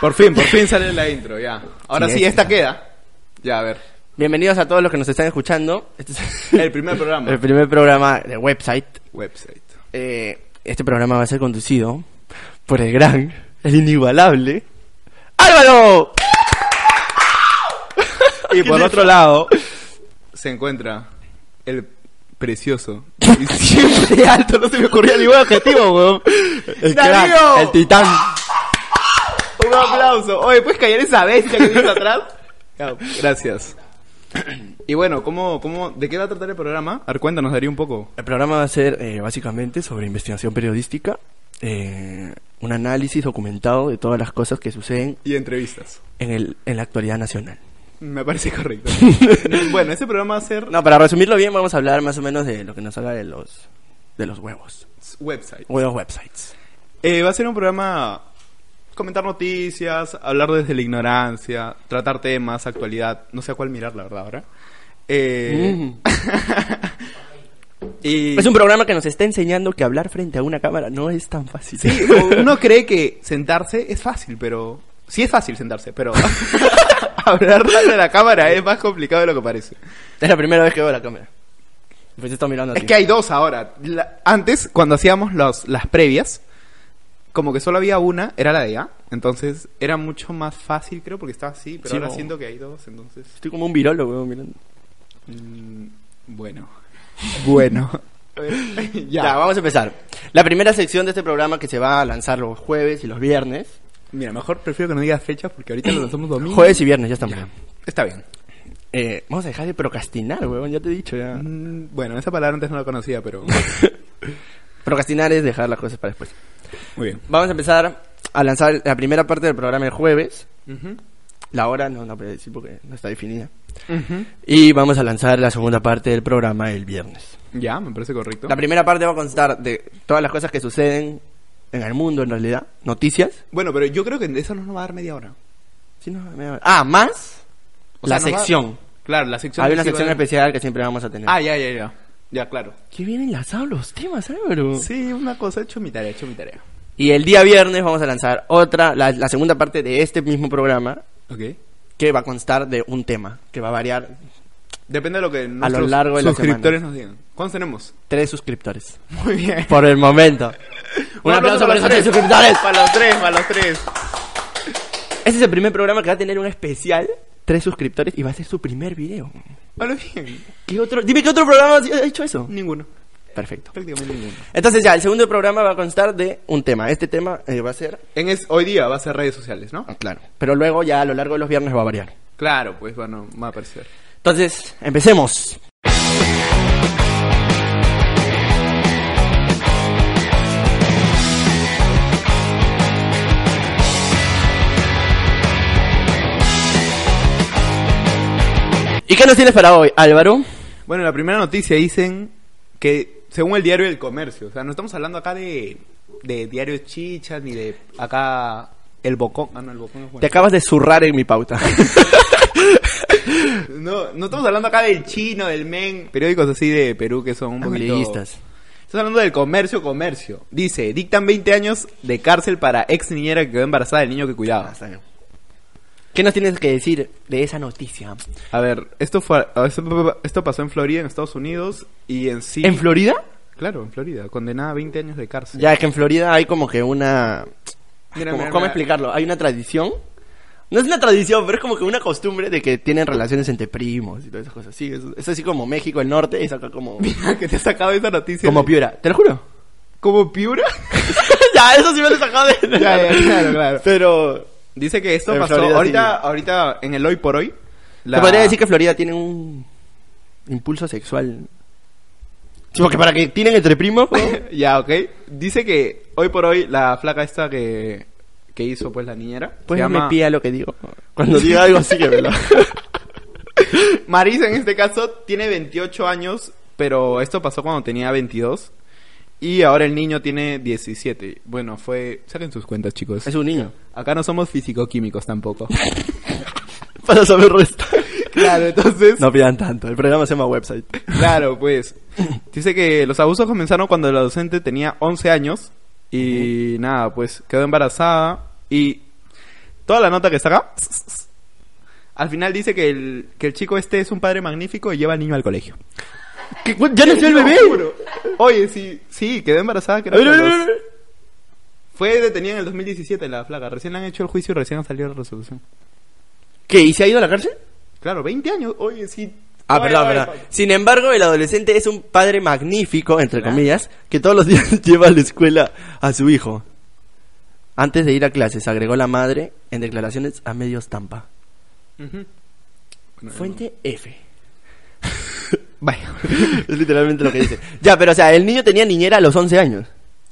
Por fin, por fin sale la intro, ya. Ahora sí, Sí, esta queda. Ya, a ver. Bienvenidos a todos los que nos están escuchando. Este es El primer programa. el primer programa de website. Website. Eh, este programa va a ser conducido por el gran, el inigualable Álvaro. Y por otro lado, se encuentra el precioso. Y siempre alto, no se me ocurría ningún adjetivo, weón. El ¡Darío! crack, el titán. Un aplauso. Oye, ¿puedes callar esa bestia que tienes atrás? Ya, Gracias. Y bueno, ¿cómo, cómo, ¿de qué va a tratar el programa? A ver, cuéntanos, daría un poco. El programa va a ser eh, básicamente sobre investigación periodística, eh, un análisis documentado de todas las cosas que suceden Y entrevistas. en, el, en la actualidad nacional. Me parece correcto. bueno, este programa va a ser No, para resumirlo bien, vamos a hablar más o menos de lo que nos habla de los, de los huevos, website. o de los websites. Eh, va a ser un programa comentar noticias, hablar desde la ignorancia, tratar temas, actualidad, no sé a cuál mirar la verdad ahora. Eh, y Mm. Es un programa que nos está enseñando que hablar frente a una cámara no es tan fácil. sí, o uno cree que sentarse es fácil, pero sí es fácil sentarse, pero hablar de la cámara es más complicado de lo que parece. Es la primera vez que veo la cámara. Pues está mirando a Es ti. que hay dos ahora. La- antes, cuando hacíamos los, las previas, como que solo había una, era la de A. Entonces era mucho más fácil, creo, porque estaba así. Pero Sí, ahora no. siento que hay dos, entonces. Estoy como un virólogo, weón, mirando. mm, bueno. Bueno. Ya. ya. vamos a empezar. La primera sección de este programa que se va a lanzar los jueves y los viernes. Mira, mejor prefiero que no digas fechas porque ahorita lo lanzamos domingo. Jueves y viernes, ya estamos. Ya. Está bien. Eh, vamos a dejar de procrastinar, weón, ya te he dicho ya. Mm, Bueno, esa palabra antes no la conocía, pero. Procrastinar es dejar las cosas para después. Muy bien. Vamos a empezar a lanzar la primera parte del programa el jueves. La hora no la puedo decir porque no está definida. Y vamos a lanzar la segunda parte del programa el viernes. Ya, me parece correcto. La primera parte va a constar de todas las cosas que suceden en el mundo en realidad. Noticias. Bueno, pero yo creo que eso no nos va a dar media hora. Sí, no, me- ah, más O la sea, nos va- sección. Claro, la sección. Hay una sí va a sección dar- especial que siempre vamos a tener. Ah, ya, ya, ya. Ya, claro. que bien enlazados los temas, Álvaro. Sí, una cosa, he hecho mi tarea, he hecho mi tarea. Y el día viernes vamos a lanzar otra, la, la segunda parte de este mismo programa, Ok. que va a constar de un tema, que va a variar Depende de lo que nuestros largo de la suscriptores nos digan. ¿Cuántos tenemos? tres suscriptores. Muy bien. Por el momento. un aplauso para esos tres suscriptores. Para los tres, para los tres. Ese es el primer programa que va a tener un especial, tres suscriptores, y va a ser su primer video. Hablo bien. ¿Qué otro? Dime qué otro programa ha hecho eso. Ninguno. Perfecto. Prácticamente ninguno. Entonces ya, el segundo programa va a constar de un tema. Este tema eh, va a ser... En es, hoy día va a ser redes sociales, ¿no? ah, Claro. Pero luego ya a lo largo de los viernes va a variar. Claro, pues bueno, va a aparecer. Entonces, empecemos. ¿Y qué nos tienes para hoy, Álvaro? Bueno, la primera noticia dicen que según el diario El Comercio, o sea, no estamos hablando acá de, de diario Chicha ni de acá el Bocón. Ah, no, el Bocón es bueno. Te acabas de zurrar en mi pauta. No, no estamos hablando acá del chino, del men, periódicos así de Perú que Ah, son un poquito... Amiguistas. Estamos hablando del comercio, comercio. Dice, dictan 20 años de cárcel para ex niñera que quedó embarazada del niño que cuidaba. ¿Qué nos tienes que decir de esa noticia? A ver, esto fue a- esto, esto pasó en Florida, en Estados Unidos, y en sí... ¿En Florida? claro, en Florida, condenada a 20 años de cárcel. Ya, es que en Florida hay como que una... Mira, como- mira, ¿Cómo mira. explicarlo? Hay una tradición. No es una tradición, pero es como que una costumbre de que tienen relaciones entre primos y todas esas cosas. Sí, es, es así como México, el norte, es acá como... Mira que te has sacado esa noticia. como Piura. ¿Te lo juro? ¿Como Piura? ya, eso sí me lo he sacado de... Ya, ya, claro, claro. Pero... Dice que esto En pasó Florida, ahorita, sí. ahorita, en el hoy por hoy. la- Te podría decir que Florida tiene un impulso sexual. Sí, porque para que tienen entre primos... pues, ¿no? ya, ok. Dice que hoy por hoy la flaca esta que, que hizo pues la niñera. Pues se no me llama pía lo que digo. Cuando diga algo así que me lo... Marisa en este caso tiene 28 años, pero esto pasó cuando tenía 22. Y ahora el niño tiene 17. Bueno, fue... Saquen sus cuentas, chicos. Es un niño. Acá no somos físico-químicos tampoco. Para saber restar. claro, entonces... No pidan tanto. El programa se llama Website. Claro, pues. Dice que los abusos comenzaron cuando la docente tenía 11 años y nada, pues quedó embarazada y toda la nota que está acá. Al final dice que el, que el chico este es un padre magnífico y lleva al niño al colegio. ¿Qué? ¡Ya nació el Te bebé! juro. Oye, sí, sí, quedó embarazada. creo A ver, que a a ver, a los- ver. Fue detenida en el 2017 la flaca. Recién le han hecho el juicio y recién ha salido la resolución. ¿Qué? ¿Y se ha ido a la cárcel? Claro, 20 años. Oye, sí. Ah, Ay, perdón, ay, perdón. ay. Sin embargo, el adolescente es un padre magnífico, entre comillas, que todos los días lleva a la escuela a su hijo. Antes de ir a clases, agregó la madre en declaraciones a medios Tampa. Ujú. Bueno, Fuente F. Vaya. Es literalmente lo que dice. Ya, pero o sea, el niño tenía niñera a los 11 años.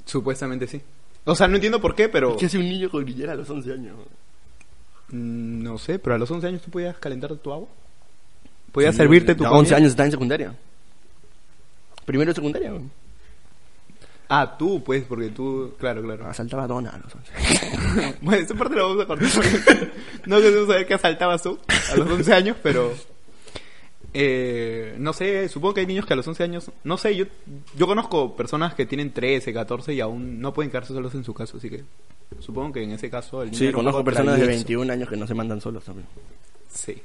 Supuestamente sí. O sea, no entiendo por qué, pero... hace un niño con niñera a los 11 años? Mm, No sé, pero a los 11 años tú podías calentar tu agua. Podías Sí, servirte tu a comida. 11 años está en secundaria. Primero de secundaria. güey. Ah, tú, pues, porque tú... Claro, claro. Asaltaba dona a los 11. Bueno, esta parte la vamos a cortar. porque no queremos saber qué asaltabas tú a los 11 años, pero... eh, no sé, supongo que hay niños que a los 11 años... No sé, yo, yo conozco personas que tienen 13, 14 y aún no pueden quedarse solos en su caso, así que... Supongo que en ese caso el niño Sí, era un conozco poco personas de travieso. 21 años que no se mandan solos también. Sí.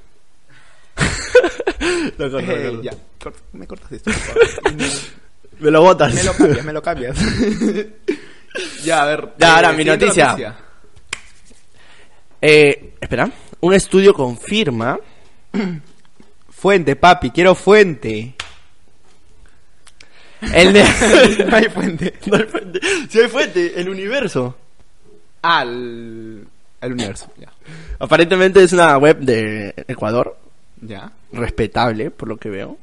Lo corto, lo Eh, corto. ya, corta- me cortas esto. por favor. Me lo botas. me lo cambias, me lo cambias. ya, a ver. Ya, ahora, mi siguiente noticia. Eh, espera. Un estudio confirma. Fuente, papi, quiero fuente. El de... no hay fuente. no hay fuente. Si hay fuente, el universo. Al. Al universo, ya. Aparentemente es una web de Ecuador. Ya. Respetable, por lo que veo.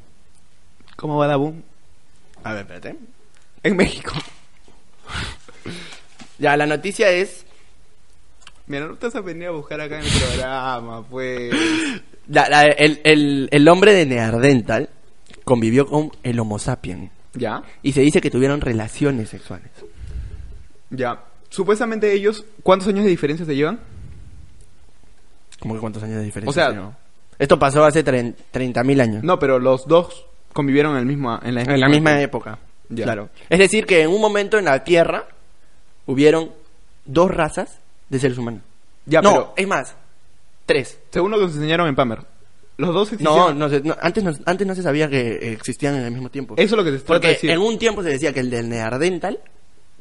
¿Cómo va Dabun? A ver, espérate. En México. Ya, la noticia es... Mira, no te has venido a buscar acá en el programa, pues. la- la- el, el- el hombre de Neardental convivió con el Homo sapien. Ya, Y se dice que tuvieron relaciones sexuales. ya. Supuestamente ellos, ¿cuántos años de diferencia se llevan? ¿Cómo que cuántos años de diferencia? O sea- señor? Esto pasó hace tren- 30.000 años. No, pero los dos convivieron en, el mismo, en la misma, En la misma época. Ya. Claro. Es decir, que en un momento en la Tierra hubieron dos razas de seres humanos. Ya, no, pero- es más, tres. Según lo que nos enseñaron en Pamer. Los dos No, existían. no, se- no, antes, no, antes no se sabía que eh, existían en el mismo tiempo. Eso es lo que te trata de Porque decir. en un tiempo se decía que el del Neardental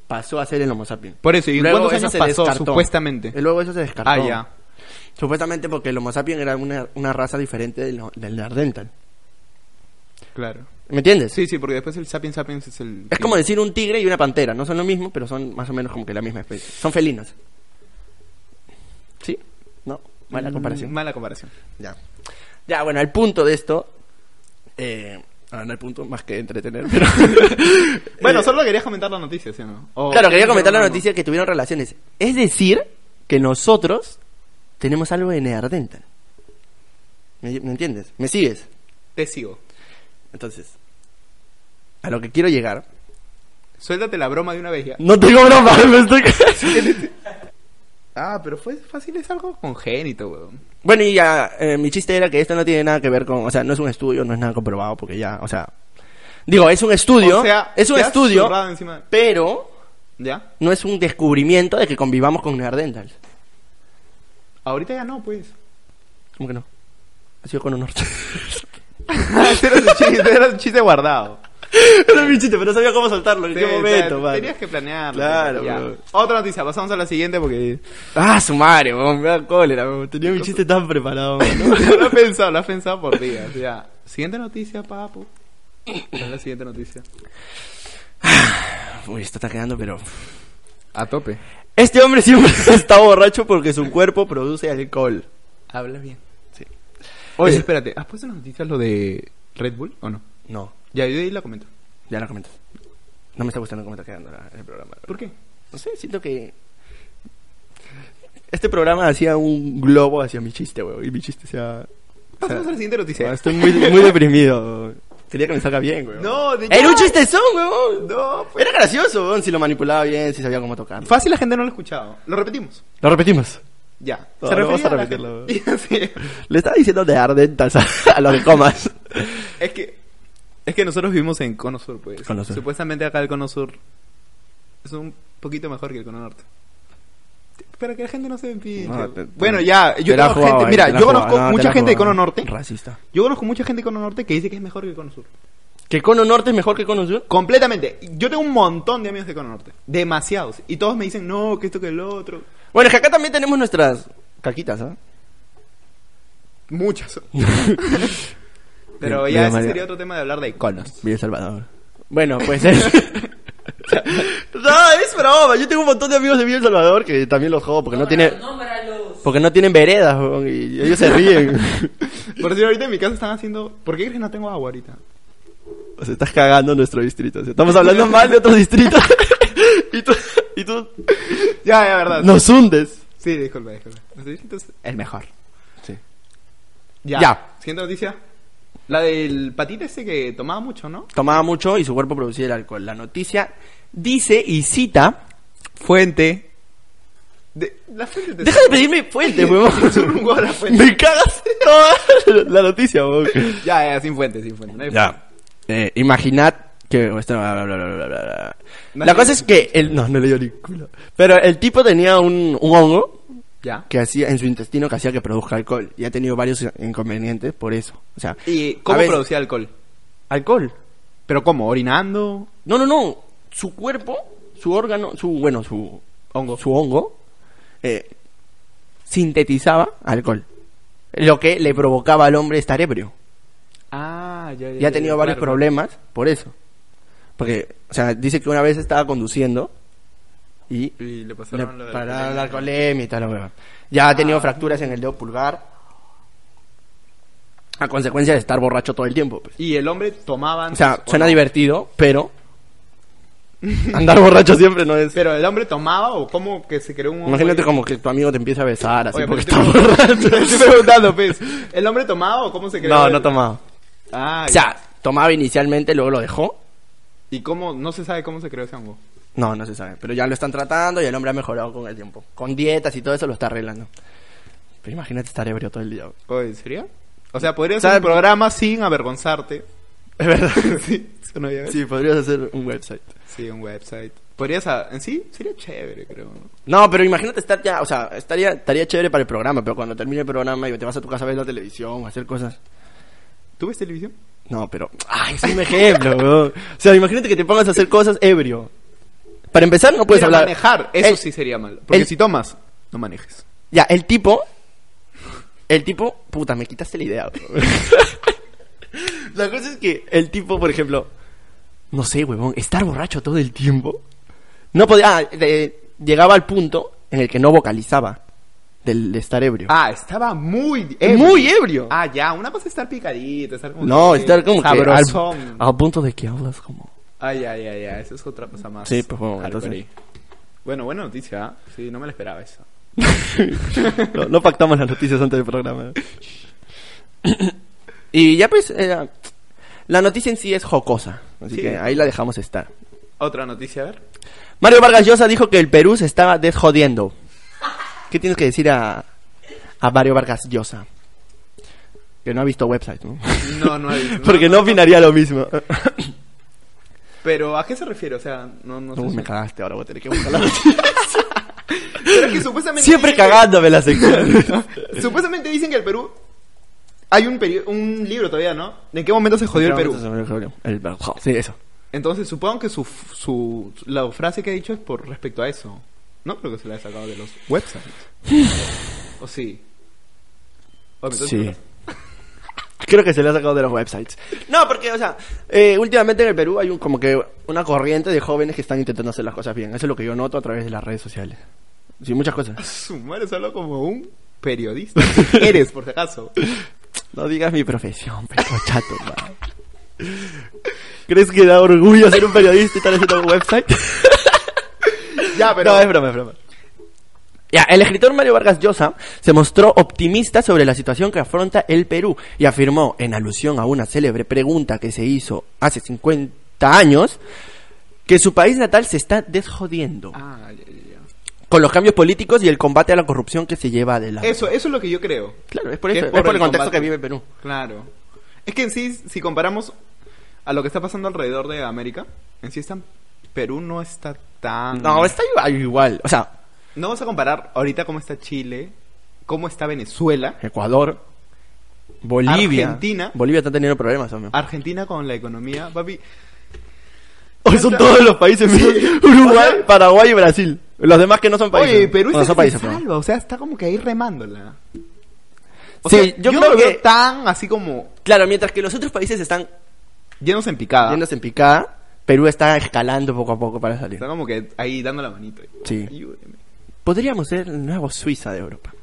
pasó a ser el Homo sapiens. Por eso, ¿y en Luego cuántos eso años se pasó, descartó. supuestamente? Y Luego eso se descartó. Ah, ya. Supuestamente porque el Homo sapiens era una, una raza diferente del, del Neardental. Claro. ¿Me entiendes? Sí, sí, porque después el Sapiens Sapiens es el. Es como decir un tigre y una pantera, no son lo mismo, pero son más o menos como que la misma especie. Son felinos. ¿Sí? No, mala Mm, comparación. Mala comparación. Ya. Ya, bueno, el punto de esto. Eh, ah, no hay punto más que entretener, pero. Bueno, Eh, solo querías comentar la noticia, ¿sí o no? O- Claro, quería comentar la no, no. noticia que tuvieron relaciones. Es decir, que nosotros tenemos algo de Neardental. ¿Me, me entiendes? ¿Me sigues? Te sigo. Entonces, a lo que quiero llegar. Suéltate la broma de una vez ya. No tengo broma, me estoy. Ah, pero fue fácil, es algo congénito, weón. Bueno, y ya, eh, mi chiste era que esto no tiene nada que ver con, o sea, no es un estudio, no es nada comprobado, porque ya, o sea, digo, es un estudio, O sea, es un te has estudio, zurrado encima- pero ¿Ya? no es un descubrimiento de que convivamos con neardentals. Ahorita ya no, pues. ¿Cómo que no? Ha sido con honor. Ese Este era un chiste, era un chiste guardado. era mi chiste, pero no sabía cómo soltarlo, en Sí, qué momento, o sea, mano. Tenías que planearlo. Claro, ya. bro. Otra noticia, pasamos a la siguiente porque. Ah, su madre, weón, me da cólera, weón. tenía mi chiste tan preparado, mano. lo has pensado, lo has pensado por días. Ya. Siguiente noticia, papu. ¿Cuál es la siguiente noticia? Uy, esto está quedando, pero... A tope. Este hombre siempre está borracho porque su cuerpo produce alcohol. Hablas bien. Sí. Oye, Es- espérate, ¿has puesto en las noticias lo de Red Bull o no? No, Ya, yo de ahí la comento. ya lo comentas. No me está gustando cómo está quedando la- el programa. ¿Por qué? No sé, siento que. Este programa hacía un globo hacia mi chiste, weón. Y mi chiste se ha. o sea, Pasamos a la siguiente noticia. weón, Ah, Estoy muy, muy deprimido, weón. Quería que me salga bien, weón. No, de- Era un chistezón, weón. No, pues. Era gracioso, weón. Si lo manipulaba bien, si sabía cómo tocar. Fácil la gente no lo ha escuchado. Lo repetimos. Lo repetimos. Ya. No, no refería vas a la repetirlo. gente- Sí. Le estaba diciendo de ardentas a, a los que comas. Es que Es que nosotros vivimos en Cono Sur, pues. Cono Sur. Supuestamente acá el Cono Sur es un poquito mejor que el Cono Norte. Pero que la gente no se empinche. No, te- te- bueno, ya, yo Te la conozco jugaba gente, ahí, mira, te la yo jugaba. conozco No, te mucha la gente de jugaba. Cono Norte. Racista. Yo conozco mucha gente de Cono Norte que dice que es mejor que el Cono Sur. ¿Que Cono Norte es mejor que Cono Sur? Completamente. Yo tengo un montón de amigos de Cono Norte. Demasiados. Y todos me dicen, no, que esto que el otro. Bueno, es que acá también tenemos nuestras caquitas, ¿ah? Muchas. Pero Me- me ya ese llamaría- sería otro tema de hablar de conos. Villa Salvador. Bueno, pues es... no, es broma. Yo tengo un montón de amigos de Villa Salvador que también los juego porque no tienen... Nómbralos. Porque no tienen veredas, weón, y ellos se ríen. Por decir, ahorita en mi casa están haciendo... ¿Por qué crees que no tengo agua ahorita? o sea, estás cagando nuestro distrito. o sea, estamos hablando mal de otros distritos. y tú, y tú Ya, ya, verdad. nos hundes. Sí, disculpa, disculpa. Los distritos, el mejor. Sí. Ya. Ya. Siguiente noticia. La del patita ese que tomaba mucho, ¿no? Tomaba mucho y su cuerpo producía el alcohol. La noticia dice y cita... Fuente. De, la fuente te- Deja de pedirme fuente, weón. Es un huevo la fuente. Me cagas toda la noticia, weón. Ya, ya, sin fuente, sin fuente. No hay fuente. Ya. Eh, imaginad que... o esto, bla, bla, bla, bla, bla, bla, bla. No La le- cosa es que... El, no, no le dio ni culo. Pero el tipo tenía un, un hongo Ya. que hacía en su intestino que hacía que produzca alcohol. Y ha tenido varios inconvenientes por eso. O sea, ¿Y a cómo ver, producía alcohol? alcohol? ¿Pero cómo? ¿Orinando? No, no, no. Su cuerpo, su órgano, su... Bueno, su... Hongo. Su hongo eh, sintetizaba alcohol. Lo que le provocaba al hombre estar ebrio. Ah, ya, ya. y ha tenido ya, varios claro, problemas por eso. Porque, o sea, dice que una vez estaba conduciendo y claro. Y le le pasaron la- pararon la alcoholemia y tal, la hueva. Ya ha Ah. tenido fracturas en el dedo pulgar a consecuencia de estar borracho todo el tiempo. pues. Y el hombre tomaba. O antes, sea, ¿o suena no? divertido, pero andar borracho siempre no es... Pero el hombre tomaba o cómo que se creó un. hongo Imagínate ahí? como que tu amigo te empieza a besar así Oye, porque está pero te- borracho. te estoy preguntando, pues. ¿El hombre tomaba o cómo se creó? No, el- no tomaba. Ah, ya. O sea, tomaba inicialmente, luego lo dejó. ¿Y cómo? No se sabe cómo se creó ese hongo. No, no se sabe. Pero ya lo están tratando y el hombre ha mejorado con el tiempo. Con dietas y todo eso lo está arreglando. Pero imagínate estar ebrio todo el día. güey. Oye, ¿en serio? O sea, podría O sea, ser un programa sin avergonzarte. Es verdad. sí, eso no había visto. Sí, podrías hacer un website. Sí, un website. Podrías. a- En sí, sería chévere, creo. No, pero imagínate estar ya, o sea, estaría, estaría chévere para el programa, pero cuando termine el programa y te vas a tu casa a ver la televisión, a hacer cosas. ¿Tú ves televisión? No, pero, ay, es un ejemplo, weón. O sea, imagínate que te pongas a hacer cosas ebrio. Para empezar, no puedes Pero hablar. manejar, eso El- sí sería malo. Porque el- si tomas, no manejes. Ya, el tipo. El tipo. Puta, me quitaste la idea, bro. La cosa es que el tipo, por ejemplo. No sé, huevón, estar borracho todo el tiempo. No podía. ah, de- llegaba al punto en el que no vocalizaba del estar ebrio. Ah, estaba muy Muy ebrio. Ah, ya, una cosa es estar picadito, estar como. no, que- estar como que al, sabrosón. Ah, al punto de que hablas como. Ay, ay, ay, ay, eso es otra cosa más. Sí, pues, bueno, hardcore entonces. y- Bueno, buena noticia, ¿ah? Sí, no me la esperaba esa. No, no pactamos las noticias antes del programa. y ya pues, eh, la noticia en sí es jocosa, así Sí. que ahí la dejamos estar. Otra noticia, a ver. Mario Vargas Llosa dijo que el Perú se estaba desjodiendo. ¿Qué tienes que decir a, a Mario Vargas Llosa? Que no ha visto website, ¿no? No, no hay. Porque no opinaría lo mismo. Pero, ¿a qué se refiere? O sea, no, no sé. Uy, me Pero cagaste, ahora voy a tener que buscar la noticia. es que supuestamente. Siempre dicen cagándome la sección. que- Supuestamente dicen que el Perú. Hay un, peri- un libro todavía, ¿no? ¿De en qué momento se jodió el Perú? El Perú. Sí, eso. Entonces, supongo que su, su, la frase que ha dicho es por respecto a eso. No creo que se la haya sacado de los websites. ¿O sí? O, entonces- Sí. Creo que se le ha sacado de los websites. No, porque, o sea, eh, últimamente en el Perú hay un, como que una corriente de jóvenes que están intentando hacer las cosas bien. Eso es lo que yo noto a través de las redes sociales. Sí, muchas cosas. Su madre solo como un periodista. Eres, por si acaso. No digas mi profesión, pero chato, man. ¿Crees que da orgullo ser un periodista y estar haciendo un website? Ya, pero. No, es broma, es broma. Ya, el escritor Mario Vargas Llosa se mostró optimista sobre la situación que afronta el Perú y afirmó, en alusión a una célebre pregunta que se hizo hace 50 años, que su país natal se está desjodiendo Ah, ya, ya, ya. con los cambios políticos y el combate a la corrupción que se lleva adelante. Eso, eso es lo que yo creo. Claro, es por Que eso, es es por por el el contexto combate. que vive Perú. Claro. Es que en sí, si comparamos. a lo que está pasando alrededor de América, en sí está... Perú no está tan... No, está igual, igual. O sea, No vamos a comparar ahorita cómo está Chile, cómo está Venezuela, Ecuador, Bolivia. Argentina. Bolivia está teniendo problemas, hombre. Argentina con la economía, papi. Hoy son todos los países. Uruguay, Paraguay y Brasil. Los demás que no son países. Oye, Perú Bueno, es son el que se países, pero- salva, o sea, está como que ahí remándola. O Sí, sea, yo yo, creo no lo veo que- tan así como Claro, mientras que los otros países están llenos en picada. yéndose en picada, Perú está escalando poco a poco para salir. Está como que ahí dando la manito. Sí. Ayúdeme. Podríamos ser el nuevo Suiza de Europa.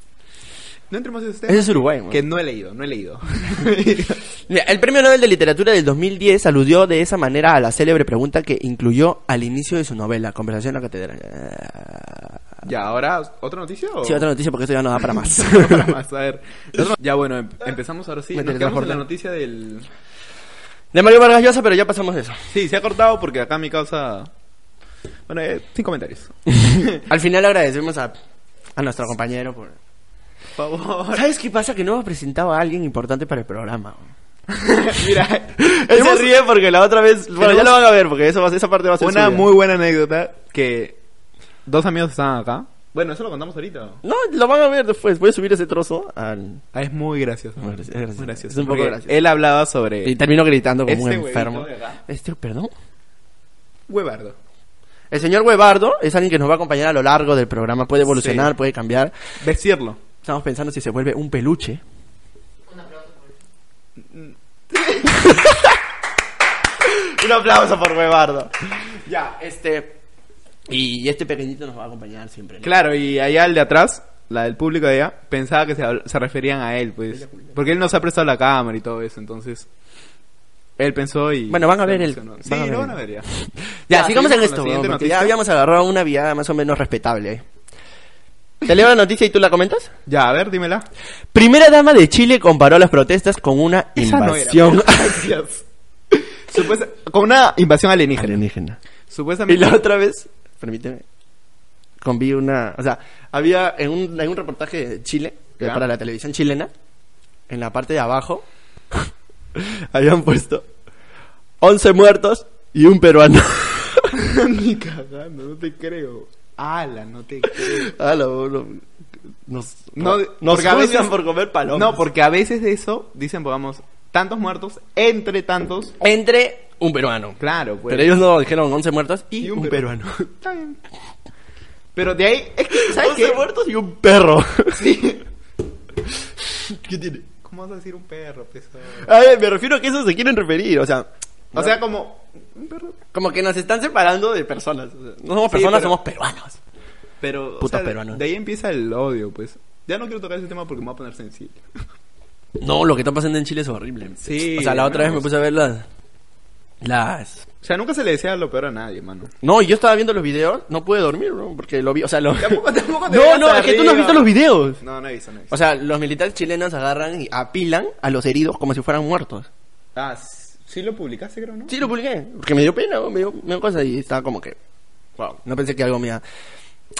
No entremos en ese tema. Ese es Uruguay, man. Que no he leído, no he leído. Mira, el premio Nobel de Literatura del 2010 aludió de esa manera a la célebre pregunta que incluyó al inicio de su novela, Conversación en la Catedral. Eh, ya, ahora, ¿otra noticia? O... Sí, otra noticia porque esto ya no da para más. Otra más, a ver. Otra- Ya, bueno, em- empezamos ahora sí. Me Nos quedamos en teletransporté. la noticia del... De Mario Vargas Llosa, pero ya pasamos de eso. Sí, se ha cortado porque acá mi causa... Bueno, eh, sin comentarios. Al final agradecemos a, a nuestro compañero por... Por favor. ¿Sabes qué pasa? Que no hemos presentado a alguien importante para el programa. Mira, Él se hemos- ríe porque la otra vez... Bueno, ya Tenemos- lo van a ver porque eso va- esa parte va a ser Una subida. muy buena anécdota que dos amigos estaban acá. Bueno, eso lo contamos ahorita. No, lo van a ver después. Voy a subir ese trozo al... Ah, es muy gracioso. Muy gracioso, es gracioso. Muy gracioso, Es un poco porque gracioso. Él hablaba Y sobre termino gritando como Este un huevito enfermo. de acá. Este, perdón. Huevardo. El señor Huevardo es alguien que nos va a acompañar a lo largo del programa. Puede evolucionar, Sí. puede cambiar. Vestirlo. Estamos pensando si se vuelve un peluche. un aplauso por Huevardo. Ya, este. Y este pequeñito nos va a acompañar siempre. ¿no? Claro, y allá el de atrás, la del público de allá, pensaba que se, habl- se referían a él, pues. Porque él nos ha prestado la cámara y todo eso, entonces. Él pensó y. Bueno, van a ver se el- emocionó. van Sí, a ver lo van el- a ver ya. Ya, Ya, sigamos Ah, seguimos en con esto, la siguiente weón, porque ya noticia. habíamos agarrado una vía más o menos respetable eh. ahí. ¿Te leo la noticia y tú la comentas? Ya, a ver, dímela. Primera dama de Chile comparó las protestas con una Esa no era. invasión Gracias. Supuesta- Con una invasión alienígena. alienígena. Y Supuestamente. la otra vez, permíteme, conví una, o sea, había en un, en un reportaje de Chile, que Ya. para la televisión chilena, en la parte de abajo, habían puesto 11 muertos y un peruano. Ni cagando, no te creo. Ala, no te creo. Ah, lo- lo- nos No, nos porque a juzgan veces- por comer palomas. No, porque a veces de eso dicen, pongamos, tantos muertos entre tantos. Entre un peruano. Claro, pues. Pero ellos no dijeron 11 muertos y, Y un, un peruano. Está bien. Pero de ahí, es que, ¿sabes 11 qué? muertos y un perro. Sí. ¿Qué tiene? ¿Cómo vas a decir un perro, pues? peso? A ver, me refiero a que eso se quieren referir, o sea, O sea, como. Un perro. Como que nos están separando de personas. o sea, no somos Sí, personas, pero- somos peruanos. Pero. o Putos sea, de- peruanos. De ahí empieza el odio, pues. Ya no quiero tocar ese tema porque me va a poner sensible. No, lo que está pasando en Chile es horrible. Sí, O sea, la otra vez me hermanos. puse a ver las. Las. O sea, nunca se le desea lo peor a nadie, mano. No, y yo estaba viendo los videos, no pude dormir, bro, porque lo vi. O sea, lo. Tampoco- tampoco te no, veas no, es que tú no has arriba. visto los videos. No, no he visto, no he visto. O sea, los militares chilenos agarran y apilan a los heridos como si fueran muertos. Ah, s- sí lo publicaste, creo, ¿no? Sí, lo publiqué, porque me dio pena, bro, me dio, me dio cosa y estaba como que. Wow, no pensé que algo me iba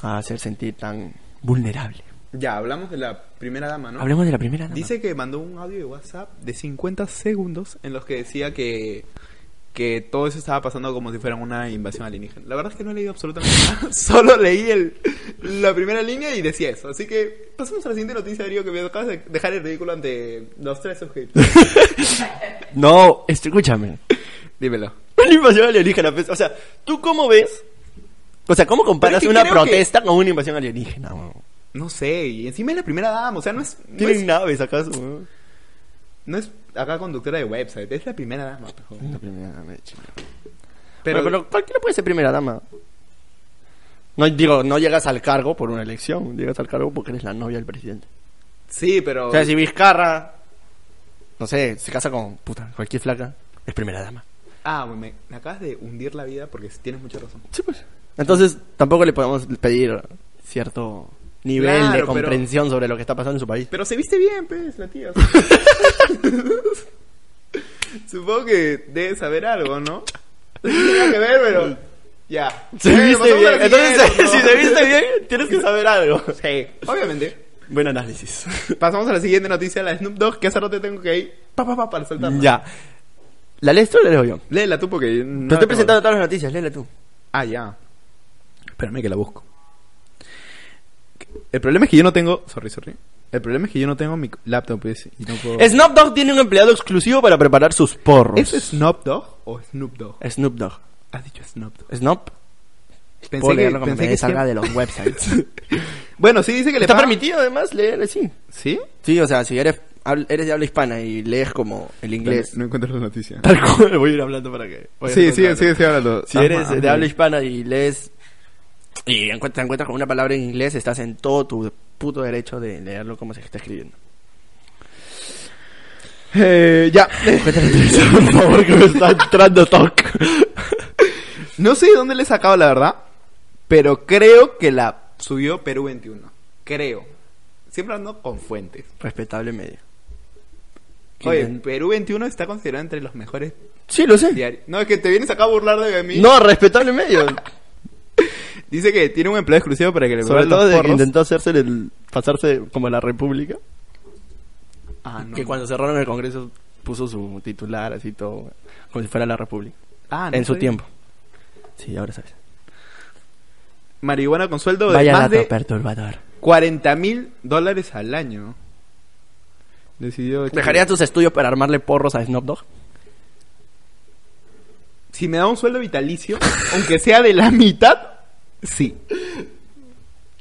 a hacer sentir tan vulnerable. Ya, hablamos de la primera dama, ¿no? Hablemos de la primera. dama. Dice que mandó un audio de WhatsApp de 50 segundos en los que decía que, que todo eso estaba pasando como si fuera una invasión alienígena. La verdad es que no he leído absolutamente nada. Solo leí el, la primera línea y decía eso. Así que pasemos a la siguiente noticia, Darío, que me acabas de dejar el ridículo ante los tres suscriptores. No, esto- escúchame. Dímelo. Una invasión alienígena. pues, O sea, ¿tú cómo ves? O sea, ¿cómo comparas Pero es que una creo que- protesta con una invasión alienígena? weón? No sé, y encima es la primera dama, o sea, no es, no ¿Tienen es, naves acaso? weón? no es acá conductora de website, es la primera dama. por favor. La primera dama de Chile. Pero, Pero, pero cualquiera puede ser primera dama. No digo, no llegas al cargo por una elección, llegas al cargo porque eres la novia del presidente. sí, pero... O sea, si Vizcarra, no sé, se casa con puta, cualquier flaca, es primera dama. Ah, me, me acabas de hundir la vida porque tienes mucha razón. Sí, pues. Entonces, tampoco le podemos pedir cierto nivel Claro, de pero- comprensión sobre lo que está pasando en su país. Pero se viste bien, pues, la tía. o sea. Supongo que debe saber algo, ¿no? Tiene que ver, pero. Ya. Se Bueno, viste pasamos bien. a la Entonces, siguiente, si ¿no? se viste bien, tienes que saber algo. Sí, obviamente. Buen análisis. Pasamos a la siguiente noticia, la de Snoop Dogg, que hace rato tengo que ir. Pa, pa, pa, para saltarla. ya. ¿La lees tú o la leo yo? Léela tú porque. yo Te No estoy acabo- presentando todas las noticias, léela tú. Ah, ya. Espérame que la busco. El problema es que yo no tengo. Sorry, sorry. El problema es que yo no tengo mi laptop pues, y no puedo. Snoop Dogg tiene un empleado exclusivo para preparar sus porros. ¿Es Snoop Dogg o Snoop Dogg? Snoop Dogg. Has dicho Snoop Dogg. Snoop. Pensé que, Puedo leerlo como pensé me que salga sí- de los websites. Bueno, sí dice que le Está pagan- permitido además leer así. ¿Sí? Sí, o sea, si eres, habl- eres de habla hispana y lees como el inglés. No, no encuentro la noticia. Tal cual, voy a ir hablando para que. voy a ir Sí, sí, hablando. sí, sí, háblalo. Si eres de habla hispana y lees y encuent- te encuentras con una palabra en inglés, estás en todo tu puto derecho de leerlo como se está escribiendo. Eh, ya. Cuéntale tú, por favor, que me está entrando toque. No sé de dónde le he sacado, la verdad. Pero creo que la subió Perú 21. Creo. Siempre ando con fuentes. Respetable medio. Oye, Quien- Perú 21 está considerado entre los mejores sí, lo sé. diarios. No, es que te vienes acá a burlar de mí. No, respetable medio. Dice que tiene un empleado exclusivo para que le Sobre preparen todo los de que porros. intentó hacerse el, pasarse como la República. Ah, no. Que cuando cerraron el Congreso puso su titular así todo, como si fuera la República. Ah, no en su sabía. tiempo. Sí, ahora sabes. Marihuana con sueldo de Vaya más dato de perturbador. 40 mil dólares al año. Decidió. ¿Dejarías tus estudios para armarle porros a Snoop Dogg? Si me da un sueldo vitalicio, aunque sea de la mitad, sí.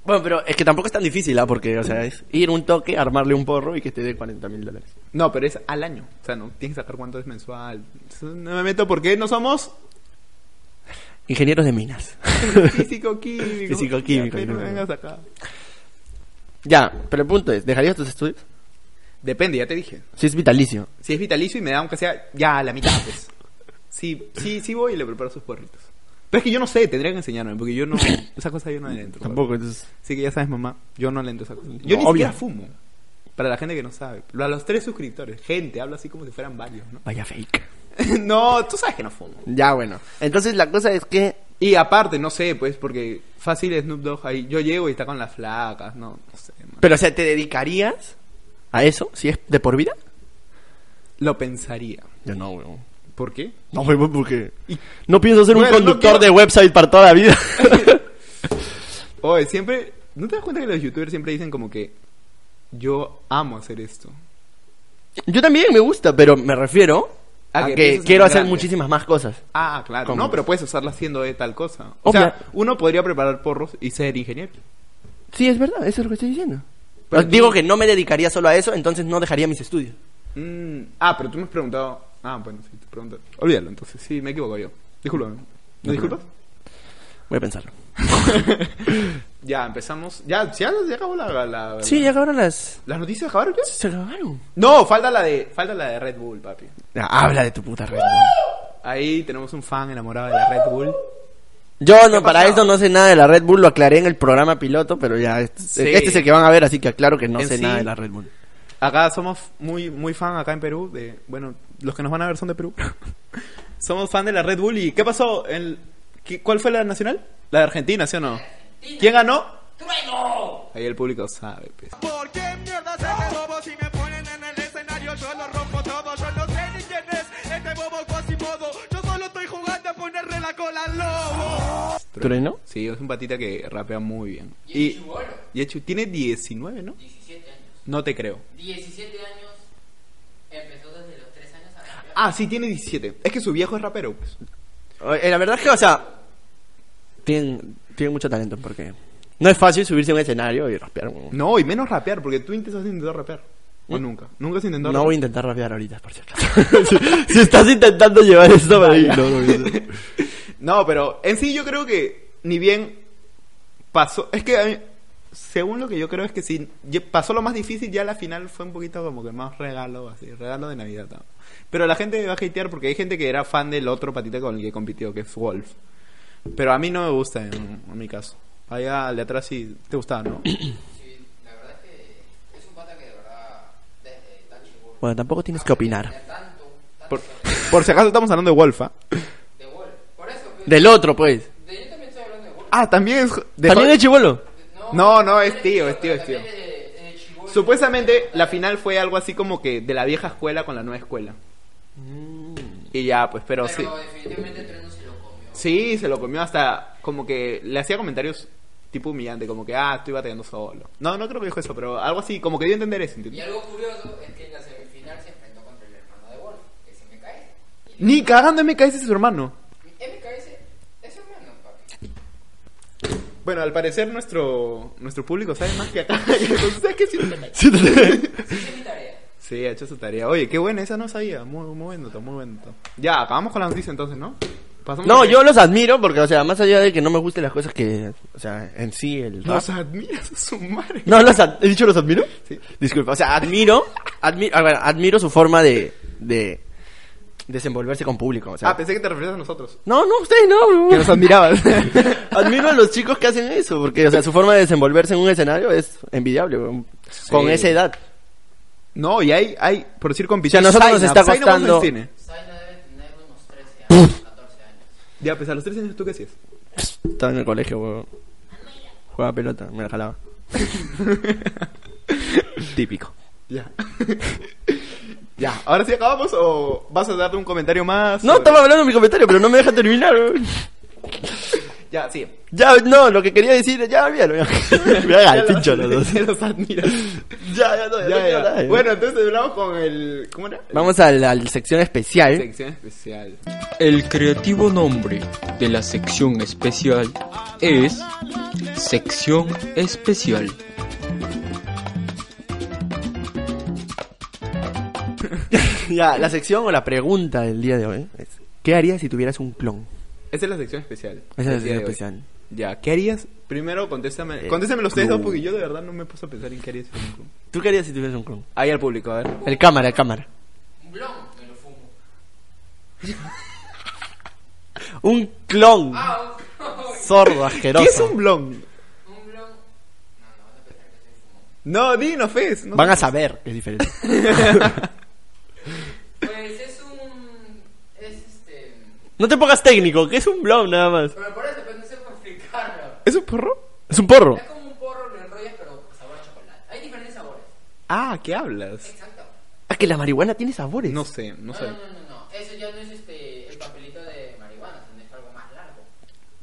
Bueno, pero es que tampoco es tan difícil, ¿ah? Porque, o sea, es ir un toque, armarle un porro y que te dé 40 mil dólares. No, pero es al año. O sea, no tienes que sacar cuánto es mensual. No me meto porque no somos Ingenieros de minas. físico-químico. Físico-químico, Ya, pero no. vengas acá. ya, pero el punto es, ¿dejarías tus estudios? Depende, ya te dije. Si es vitalicio. Si es vitalicio y me da aunque sea ya a la mitad, pues. Sí, sí, sí voy y le preparo sus porritos. Pero es que yo no sé, tendría que enseñarme, porque yo no... Esa cosa yo no le entro. entonces... Así que ya sabes, mamá, yo no le entro a esa cosa. Yo ni obvio. siquiera fumo. Para la gente que no sabe. A los tres suscriptores. Gente, hablo así como si fueran varios, ¿no? Vaya fake. no, tú sabes que no fumo. Ya, bueno. Entonces la cosa es que... Y aparte, no sé, pues, porque fácil Snoop Dogg ahí. Yo llego y está con las flacas, no, no sé, man. Pero, o sea, ¿te dedicarías a eso? Si es de por vida. Lo pensaría. Yo no, weón. ¿Por qué? No, weón, porque... No pienso ser Bueno, un no conductor quiero- de website para toda la vida. Oye, siempre. ¿No te das cuenta que los youtubers siempre dicen como que. Yo amo hacer esto? Yo también me gusta, pero me refiero A a, que que pienses quiero en hacer grande. muchísimas más cosas. Ah, claro. ¿Cómo? No, pero puedes usarla haciendo de tal cosa. O Obvio. sea, uno podría preparar porros y ser ingeniero. Sí, es verdad, eso es lo que estoy diciendo. Pero Os tú- Digo que no me dedicaría solo a eso, entonces no dejaría mis estudios. Mm, ah, pero tú me has preguntado. Ah, bueno, sí, te pregunto. Olvídalo, entonces. Sí, me equivoco yo. Discúlpame. ¿No disculpas? Voy a pensarlo. Ya, empezamos. Ya, ya, ya acabó la, la- Sí, ya acabaron las... ¿Las noticias acabaron ya? Se acabaron. No, falta la de, falta la de Red Bull, papi. Ya, habla de tu puta red. Ahí tenemos un fan enamorado de la Red Bull. Yo no, para pasó? esto no sé nada de la Red Bull, lo aclaré en el programa piloto, pero ya, este, Sí. este es el que van a ver, así que aclaro que no En sé sí- nada de la Red Bull. Acá somos muy, muy fan acá en Perú de, bueno, los que nos van a ver son de Perú. somos fan de la Red Bull y ¿qué pasó? El- qué- ¿Cuál fue la nacional? La de Argentina, ¿sí o no? ¿Quién ganó? ¡Trueno! Ahí el público sabe, pues. ¿Por qué mierda se hace bobo si me ponen en el escenario? Yo lo rompo todo, yo no sé ni quién es este bobo cuasi modo. Yo solo estoy jugando a ponerle la cola al lobo. ¿Trueno? Sí, es un patita que rapea muy bien. Y, y hecho, tiene 19, ¿no? 17 años. No te creo. 17 años empezó desde los 3 años a cambiar. Ah, sí, tiene 17. Es que su viejo es rapero, pues. Eh, la verdad es que, o sea, tienen, tienen mucho talento, porque no es fácil subirse a un escenario y rapear. weón. No, y menos rapear, porque tú intentas intentar rapear. O nunca. Nunca has intentado No voy a rapear. intentar rapear ahorita, por cierto. si, si estás intentando llevar esto para ahí, no, no, no. No, pero en sí yo creo que ni bien pasó. Es que a mí, según lo que yo creo es que si ye- pasó lo más difícil, ya la final fue un poquito como que más regalo, así, regalo de Navidad. ¿no? Pero la gente va a hatear porque hay gente que era fan del otro patita con el que compitió, que es Wolf. Pero a mí no me gusta en, en mi caso. Allá de atrás sí te gustaba, ¿no? Sí, la verdad es que es un pata que de verdad desde tan chico Bueno, tampoco tienes que opinar. tanto, tanto Por, por si acaso estamos hablando de Wolf, ¿ah? de gol. Por eso, pues, Del otro, pues. de- yo también estoy hablando de gol. Ah, también es... de- ¿También es chivolo? No, no, es tío, es tío, es tío. También de, de Chibol. Mm. Supuestamente la final fue algo así como que de la vieja escuela con la nueva escuela. Y ya, pues, pero, sí. Pero definitivamente el tren no se lo comió. Sí, se lo comió hasta como que le hacía comentarios tipo humillante, como que, ah, estoy batallando solo. No, no creo que dijo eso, pero algo así, como que dio a entender eso. Y ¿entiendes? algo curioso es que en la semifinal se enfrentó contra el hermano de Wolf, que se me cae. Ni cagando MKS es su hermano. MKS es su hermano, papi. Bueno, al parecer nuestro nuestro público sabe más que acá. Entonces, ¿sabes qué? Sí, Esa es mi tarea. Sí, ha hecho su tarea. Oye, qué buena, esa no sabía. Muy, muy buen dato, muy buen dato. Ya, acabamos con la noticia entonces, ¿no? Pasamos No, a- yo los admiro porque, o sea, más allá de que no me gusten las cosas que, o sea, en sí el rap. Nos admiras a su madre. No, los ad- ¿he dicho los admiro? Sí. Disculpa, o sea, admiro, admi- a ver, admiro su forma de, de desenvolverse con público, o sea. Ah, pensé que te referías a nosotros. no, no, ustedes no. Que nos admirabas. Admiro a los chicos que hacen eso, porque, o sea, su forma de desenvolverse en un escenario es envidiable, weón. con esa edad. no, y hay, hay, por decir con sea, nosotros nos está costando- cine. Zaina debe tener unos 13 años, 14 años. Ya, pues a los 13 años, ¿tú qué hacías? Estaba en el colegio, weón. Jugaba pelota, me la jalaba. Típico. Ya. ya, ahora sí acabamos o vas a darte un comentario más. No, O- estaba hablando en mi comentario, pero no me deja terminar, weón. Ya, sí. Ya, no, lo que quería decir, ya, olvídalo. ya. Me haga el pincho los dos. los admiras. Ya, ya, no, ya, Ya, no quiero ya. nada, ya. Bueno, entonces hablamos con el. ¿Cómo era? Vamos a la sección especial. Sección especial. El creativo nombre de la sección especial es Sección Especial. Ya, la sección o la pregunta del día de hoy es: ¿Qué harías si tuvieras un clon? Esa es la sección especial. Esa es la Del día sección de hoy. especial. Ya, ¿qué harías? Primero, contéstame. Eh, uh. Contéstame ustedes dos club. porque yo de verdad no me puse a pensar en qué harías. con un club. ¿Tú qué harías si tuvieras un clon? Ahí al público, a ver. El cámara, el cámara. Un blon, me lo fumo. Un clon Ah, un sordo, ¿Qué asqueroso. es un blon? Un blon. No, no vas a pensar que soy fumón. No, dinos, Fez. No Van a saber que es diferente. Pues es un. Es este. No te pongas técnico, que es un blog nada más. Pero por eso, pues no sé cómo explicarlo. ¿Es un porro? Es un porro. Es como un porro que lo enrollas, pero sabor a chocolate. Hay diferentes sabores. Ah, ¿qué hablas? Exacto. Ah, que la marihuana tiene sabores. No sé, no No, sé. no, no, no, no. Eso ya no es este, el papelito de marihuana, sino es algo más largo.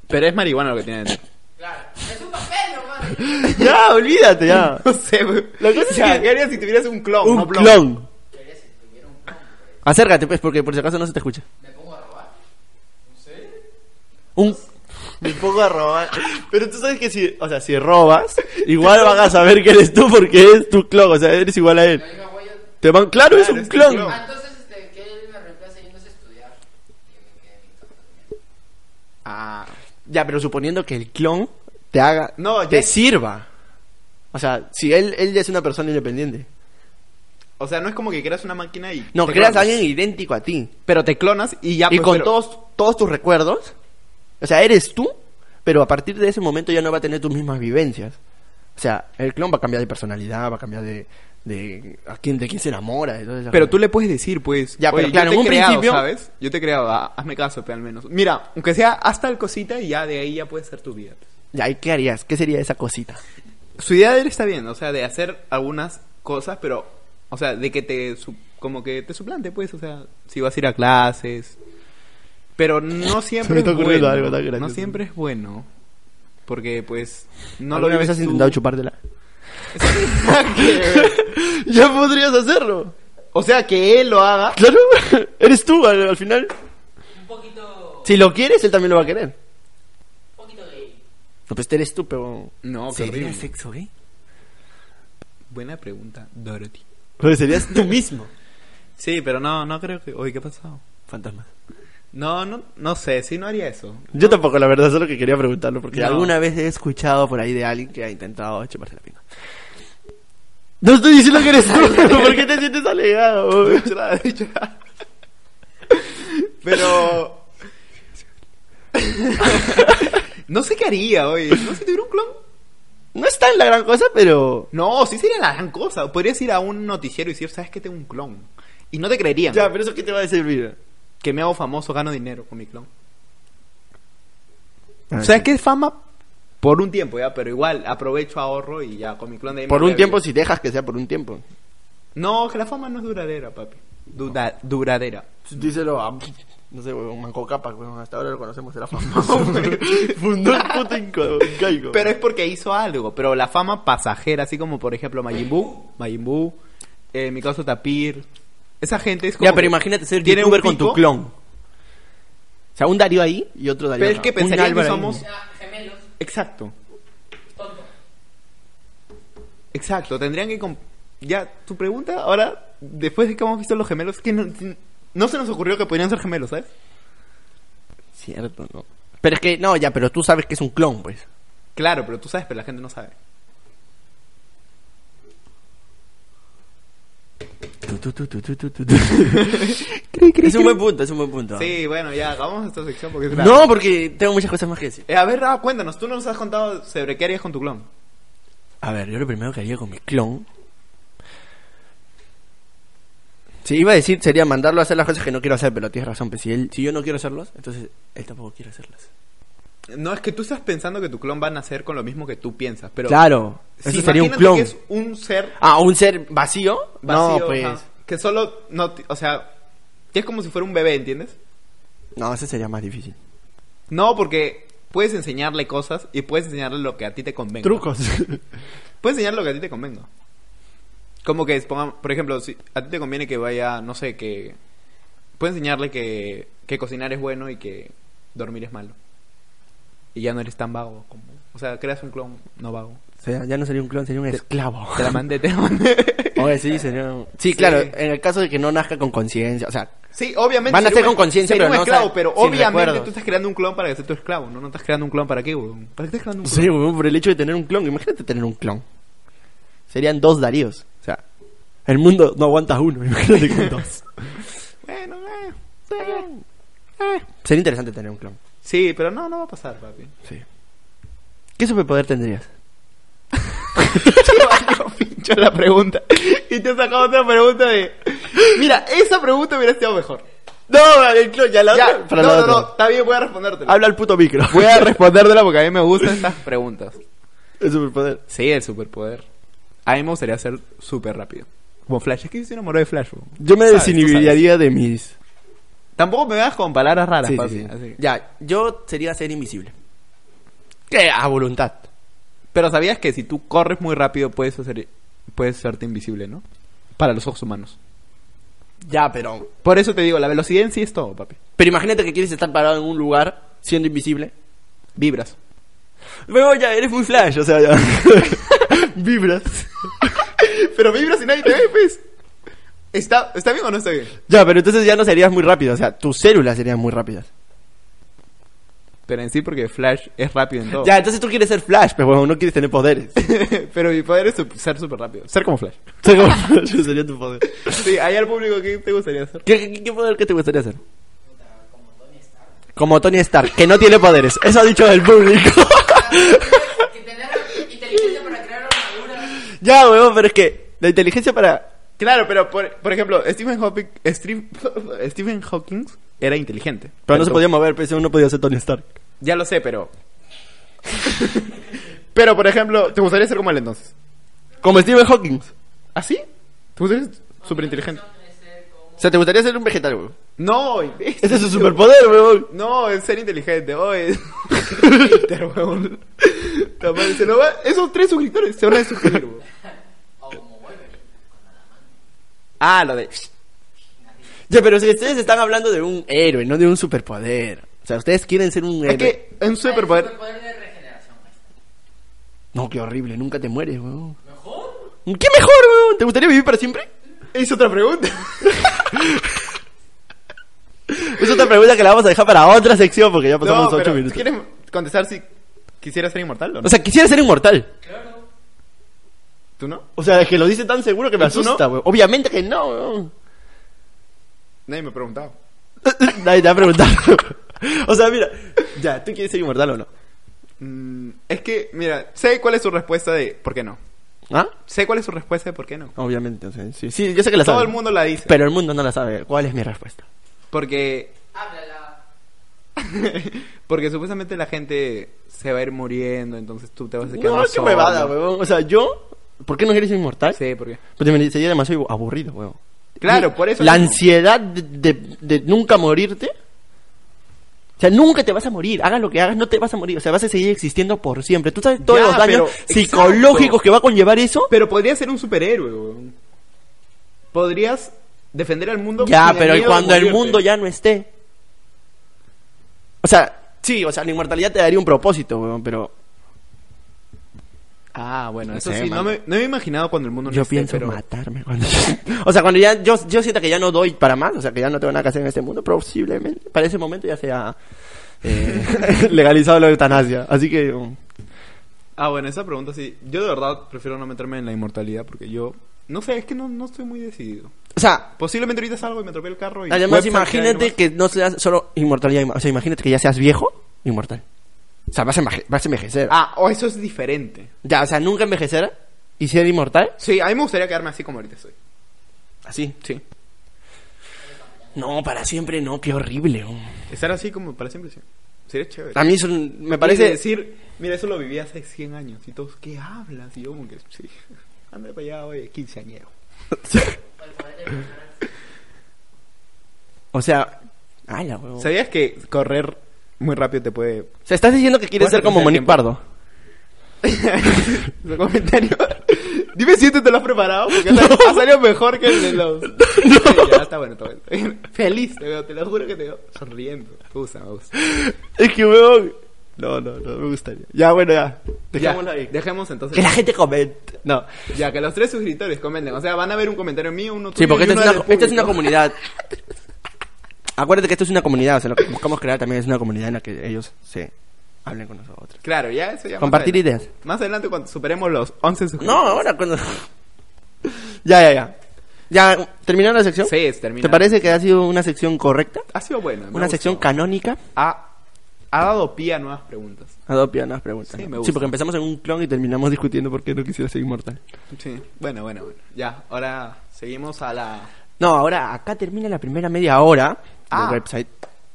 Pero es marihuana lo que tiene dentro. Claro. Es un papel, hermano. Ya, olvídate, ya. No sé, güey. La cosa es Ya, Ah. que- ¿qué harías si tuvieras un clon? un no blon? clon. Quería si tuviera un blon. pues. Acércate, pues, porque por si acaso no se te escucha. Me pongo a robar. No sé. Un. Me pongo a robar. Pero tú sabes que si, o sea, si robas, igual van a saber que eres tú porque es tu clon, o sea, eres igual a él. La misma huella. Te van, claro, es Claro, un es tu clon. clon. Ah, entonces este, que él me reemplace yéndose a estudiar. Y yo me quedé en mi casa también. Ah. Ya, pero suponiendo que el clon te haga, No, te ya- sirva. O sea, si él, él ya es una persona independiente. O sea, no es como que creas una máquina y. No, te creas clonas. a alguien idéntico a ti. Pero te clonas y ya. y pues, con pero- todos, todos tus recuerdos. O sea, eres tú, pero a partir de ese momento ya no va a tener tus mismas vivencias. O sea, el clon va a cambiar de personalidad, va a cambiar de, de a quién, de quién se enamora. de todas esas Pero cosas. tú le puedes decir, pues. Ya, pero yo claro, te en he un creado, principio- ¿Sabes? Yo te he creado, ah, hazme caso, pero al menos. Mira, aunque sea hasta el cosita y ya de ahí ya puede ser tu vida. Ya, ¿y qué harías? ¿Qué sería esa cosita? Su idea de él está bien, o sea, de hacer algunas cosas, pero. O sea, de que te. su- Como que te suplante, pues. O sea, si vas a ir a clases. Pero no siempre. está es ocurriendo bueno, algo tan No gracioso. siempre es bueno. Porque, pues. No ¿No lo lo vives vez has tú. Eh. intentado chupártela? Que- ya podrías hacerlo. O sea, que él lo haga. Claro, eres tú al, al final. Un poquito. Si lo quieres, él también lo va a querer. Un poquito gay. No, pues eres tú, pero... No, qué horrible. sexo ¿eh? gay? Buena pregunta, Dorothy. Pero serías tú mismo. Sí, pero no, no creo que. Oye, ¿qué ha pasado? Fantasma. No, no, no sé, sí, no haría eso. Yo tampoco, la verdad, solo que quería preguntarlo, porque No. alguna vez he escuchado por ahí de alguien que ha intentado chuparse la pinga. No estoy diciendo que eres tú, pero ¿por qué te sientes alegado? Pero. no sé qué haría, oye. ¿No si tuviera un clon? No está en la gran cosa, pero... No, sí sería la gran cosa. Podrías ir a un noticiero y decir, ¿sabes qué? Tengo un clon. Y no te creerían Ya, pero eso qué te va a servir. que me hago famoso, gano dinero con mi clon. Ah, ¿Sabes sí. qué? Fama por un tiempo, ya, pero igual aprovecho, ahorro y ya con mi clon de ahí me Por voy un a tiempo, vivir. si dejas que sea por un tiempo. No, que la fama no es duradera, papi. Duda- duradera. Díselo a. No sé, huevón, Manco Capac, huevón. Hasta ahora lo conocemos, era famoso. huevón. Fundó el puto Inca- incaico. Pero es porque hizo algo, pero la fama pasajera, así como por ejemplo Majin Buu, Majin Buu, eh, en mi caso Tapir. Esa gente es como. Ya, pero que imagínate ser tiene un youtuber con tu pico, clon. O sea, un Darío ahí y otro Darío Pero es acá. que Un pensaría que Álvaro ahí. somos- Ah, gemelos, Exacto, tonto. exacto. Tendrían que. comp- Ya, tu pregunta ahora, después de que hemos visto los gemelos, que no, no se nos ocurrió que podrían ser gemelos, ¿sabes? Cierto, ¿no? Pero es que, no, ya, pero tú sabes que es un clon, pues. Claro, pero tú sabes, pero la gente no sabe. Tu, tu, tu, tu, tu, tu, tu, tu. es un buen punto, es un buen punto. Sí, bueno, ya, acabamos esta sección porque es larga. No, porque tengo muchas cosas más que decir. Eh, a ver, Ra, cuéntanos, tú no nos has contado sobre qué harías con tu clon. A ver, yo lo primero que haría con mi clon. Sí, iba a decir, sería mandarlo a hacer las cosas que no quiero hacer, pero tienes razón. Pues si, él, si yo no quiero hacerlas, entonces él tampoco quiere hacerlas. No, es que tú estás pensando que tu clon va a nacer con lo mismo que tú piensas, pero... claro, Sí, eso sería un imagínate clon. que es un ser Ah, un ser vacío. vacío, no, pues. ajá, que solo, no, ti- o sea, que es como si fuera un bebé, ¿entiendes? No, ese sería más difícil. No, porque puedes enseñarle cosas y puedes enseñarle lo que a ti te convenga. Trucos. Puedes enseñarle lo que a ti te convenga. Como que, ponga- por ejemplo, si a ti te conviene que vaya, no sé, que... Puedes enseñarle que, que cocinar es bueno y que dormir es malo. Y ya no eres tan vago como... O sea, creas un clon no vago. O sea, ya no sería un clon, sería un esclavo. Te la mandé, te la mandé. Oye, sí, sería un- Sí, Sí. claro, en el caso de que no nazca con conciencia, o sea, Sí, obviamente. Van a sería ser un- con conciencia, sería pero un no, o sea, esclavo, pero sin obviamente recuerdos. tú estás creando un clon para que sea tu esclavo, ¿no? No estás creando un clon para qué, weón. ¿Para qué estás creando un No clon? sé, weón, por el hecho de tener un clon. Imagínate tener un clon. Serían dos Daríos. O sea, el mundo no aguanta uno. Imagínate con dos. Bueno, eh. Sería interesante tener un clon. Sí, pero no, no va a pasar, papi. Sí. ¿Qué superpoder tendrías? Yo pincho la pregunta. Y te sacaba otra pregunta de. Mira, esa pregunta hubiera sido mejor. No, el clon, ya la Ya, Para no, la no, otra. no, está bien, voy a respondértela. Habla al puto micro. Voy a respondértela porque a mí me gustan estas preguntas. El superpoder. Sí, el superpoder. A mí me gustaría ser súper rápido. Como Flash, es que yo soy enamorado de Flash. weón. Yo me Sabes, tú desinhibiría de mis. Tampoco me veas con palabras raras, Sí, sí, papi. sí. así. Ya, yo sería ser invisible. ¿Qué? A voluntad. Pero sabías que si tú corres muy rápido puedes hacer puedes hacerte invisible, ¿no? Para los ojos humanos. Ya, pero. Por eso te digo, la velocidad en sí es todo, papi. Pero imagínate que quieres estar parado en un lugar siendo invisible. Vibras. Luego ya eres muy flash, o sea, ya. Vibras. Pero vibras y nadie te ve, pues. ¿Está, ¿Está bien o no está bien? Ya, pero entonces ya no serías muy rápido, o sea, tus células serían muy rápidas. Pero en sí porque Flash es rápido en todo. Ya, entonces tú quieres ser flash, pero bueno, no quieres tener poderes. Pero mi poder es su- ser súper rápido. Ser como Flash. Ser como flash sería tu poder. Sí, ahí al público, ¿qué te gustaría hacer? ¿Qué, qué, qué poder que te gustaría hacer? Como Tony Stark, que no tiene poderes. Eso ha dicho el público. Que tener inteligencia para crear armaduras. ya, weón, pero es que la inteligencia para... Claro, pero por, por ejemplo, Stephen Hawking, Steve- Stephen Hawking era inteligente. Pero no se tú- podía mover, pero no podía ser Tony Stark. Ya lo sé, pero... pero, por ejemplo, ¿te gustaría ser como él entonces? Como Stephen Hawking. ¿Así? ¿Tú eres súper inteligente? ¿Ah, O sea, te gustaría ser un vegetal, weón. No, imbécil. Ese es su superpoder, weón. No, es ser inteligente. Oh, es... Hater, weón. Ta madre, se lo va- Esos tres suscriptores se van a desuscribir, weón. Ah, lo de... Ya, pero si ustedes están hablando de un héroe, no de un superpoder. O sea, ustedes quieren ser un héroe. Es que es un superpoder... Superpoder de regeneración. maestro. No, qué horrible, nunca te mueres, weón. ¿Mejor? ¿Qué mejor, weón? ¿Te gustaría vivir para siempre? Hice otra pregunta. Es otra pregunta que la vamos a dejar para otra sección porque ya pasamos No, 8 pero minutos. ¿quieres contestar si quisiera ser inmortal o no? O sea, quisiera ser inmortal. ¿Tú no? O sea, es que lo dice tan seguro que me ¿Y tú no? asusta, weón. Obviamente que no, weón. Nadie me ha preguntado. Nadie te va a preguntar. o sea, mira, ya, ¿tú quieres ser inmortal o no? Mm, es que, mira, sé cuál es su respuesta de por qué no. ¿Ah? Sé cuál es su respuesta de por qué no. Obviamente, o sea, sí, sí, yo sé que la sabe. Todo el mundo la dice. Pero el mundo no la sabe. ¿Cuál es mi respuesta? Porque Háblala. Porque supuestamente la gente se va a ir muriendo, entonces tú te vas a quedar No, más qué solo. huevada, weón. O sea, yo, ¿por qué no quieres ser inmortal? Sí, porque Porque me sería demasiado aburrido, weón. Claro, por eso. La mismo. ansiedad de, de- de nunca morirte. O sea, nunca te vas a morir. Hagas lo que hagas, no te vas a morir. O sea, vas a seguir existiendo por siempre. Tú sabes todos Ya, los daños pero- psicológicos exacto. que va a conllevar eso. Pero podrías ser un superhéroe, weón. Podrías defender al mundo. ya, sin pero miedo de cuando el morirte. mundo ya no esté. O sea, sí, o sea, la inmortalidad te daría un propósito, weón, pero. Ah, bueno, Eso sé, sí, no mano. me, no me he imaginado cuando el mundo no Yo esté, pienso pero- matarme cuando... o sea, cuando ya yo, yo sienta que ya no doy para más, o sea, que ya no tengo nada que hacer en este mundo, posiblemente para ese momento ya sea eh, legalizado la eutanasia. Así que um, Ah, bueno, esa pregunta sí. Yo de verdad prefiero no meterme en la inmortalidad porque yo. No sé, es que no, no estoy muy decidido. o sea, Posiblemente ahorita salgo y me atropelle el carro y. además website queda ahí imagínate nomás. que no seas solo inmortalidad, o sea, imagínate que ya seas viejo, inmortal. O sea, vas a, enveje- vas a envejecer. Ah, oh, eso es diferente. Ya, o sea, nunca envejecer y ser inmortal, Sí, a mí me gustaría quedarme así como ahorita estoy. así. Sí. No, para siempre no, qué horrible. um. Estar así como para siempre, sí. Sería chévere. A mí eso parece me parece decir, mira, eso lo viví hace 100 años y todos, ¿qué hablas? Y yo como que, sí, anda para allá, oye, quinceañero. o sea, ala, huevón. O ¿Sabías que correr muy rápido te puede... sea, estás diciendo que quieres Bueno, ser como el Monique tiempo. Pardo. Ese comentario. Dime si este te lo has preparado, porque ha salido- ha salido mejor que el de los... Ya, está bueno, está bueno. Feliz, te veo, te lo juro que te veo sonriendo. Me gusta, me gusta. Es que, weón. No, no, no me gustaría. Ya, bueno, ya. Ya, Dejemos entonces... Que la gente comente. No. Ya, que los tres suscriptores comenten. O sea, van a ver un comentario mío, uno tuyo Sí, porque y esta uno es, del una, esta es una público. comunidad. Acuérdate que esto es una comunidad. O sea, lo que buscamos crear también es una comunidad en la que ellos se hablen con nosotros. Claro, ya eso ya más Compartir adelante. ideas. Más adelante cuando superemos los 11 No, suscriptores. ahora cuando. ya, ya, ya. ¿Ya terminaron la sección? Sí, se termina. ¿Te parece que ha sido una sección correcta? Ha sido buena. me Una ha sección gustado. canónica. ha, ha dado pie a nuevas preguntas. Adopia las preguntas. Sí, ¿no? me gusta. sí, porque empezamos en un clon y terminamos discutiendo por qué no quisiera ser inmortal. Sí. Bueno, bueno, bueno. Ya, ahora seguimos a la. No, ahora acá termina la primera media hora Ah. del website.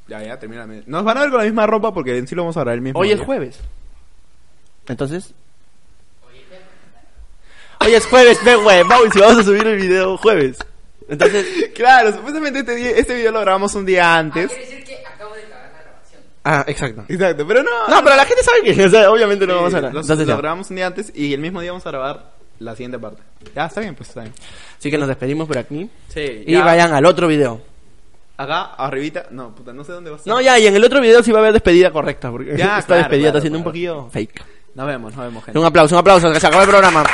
Ya, ya, termina. la media. Nos van a ver con la misma ropa porque en sí lo vamos a grabar el mismo. Hoy es día. jueves. Entonces. Hoy es jueves, ve huevón, si vamos a subir el video jueves. Entonces. Claro, supuestamente este, día- este video lo grabamos un día antes. Quiere decir que acabo de cagar la grabación. Ah, exacto. Exacto, pero no. No, pero la gente sabe que, o sea, obviamente no vamos a hablar. Lo, Entonces, lo ya. grabamos un día antes y el mismo día vamos a grabar la siguiente parte. Ya, está bien, pues está bien. Así que nos despedimos por aquí. Sí, Y vayan al otro video. Acá, arribita. No, puta, no sé dónde vas. No, ya, y en el otro video sí va a haber despedida correcta, porque Ya, esta claro, despedida claro, está siendo claro. un poquillo fake. Nos vemos, nos vemos, gente. Un aplauso, un aplauso, que se acabó el programa.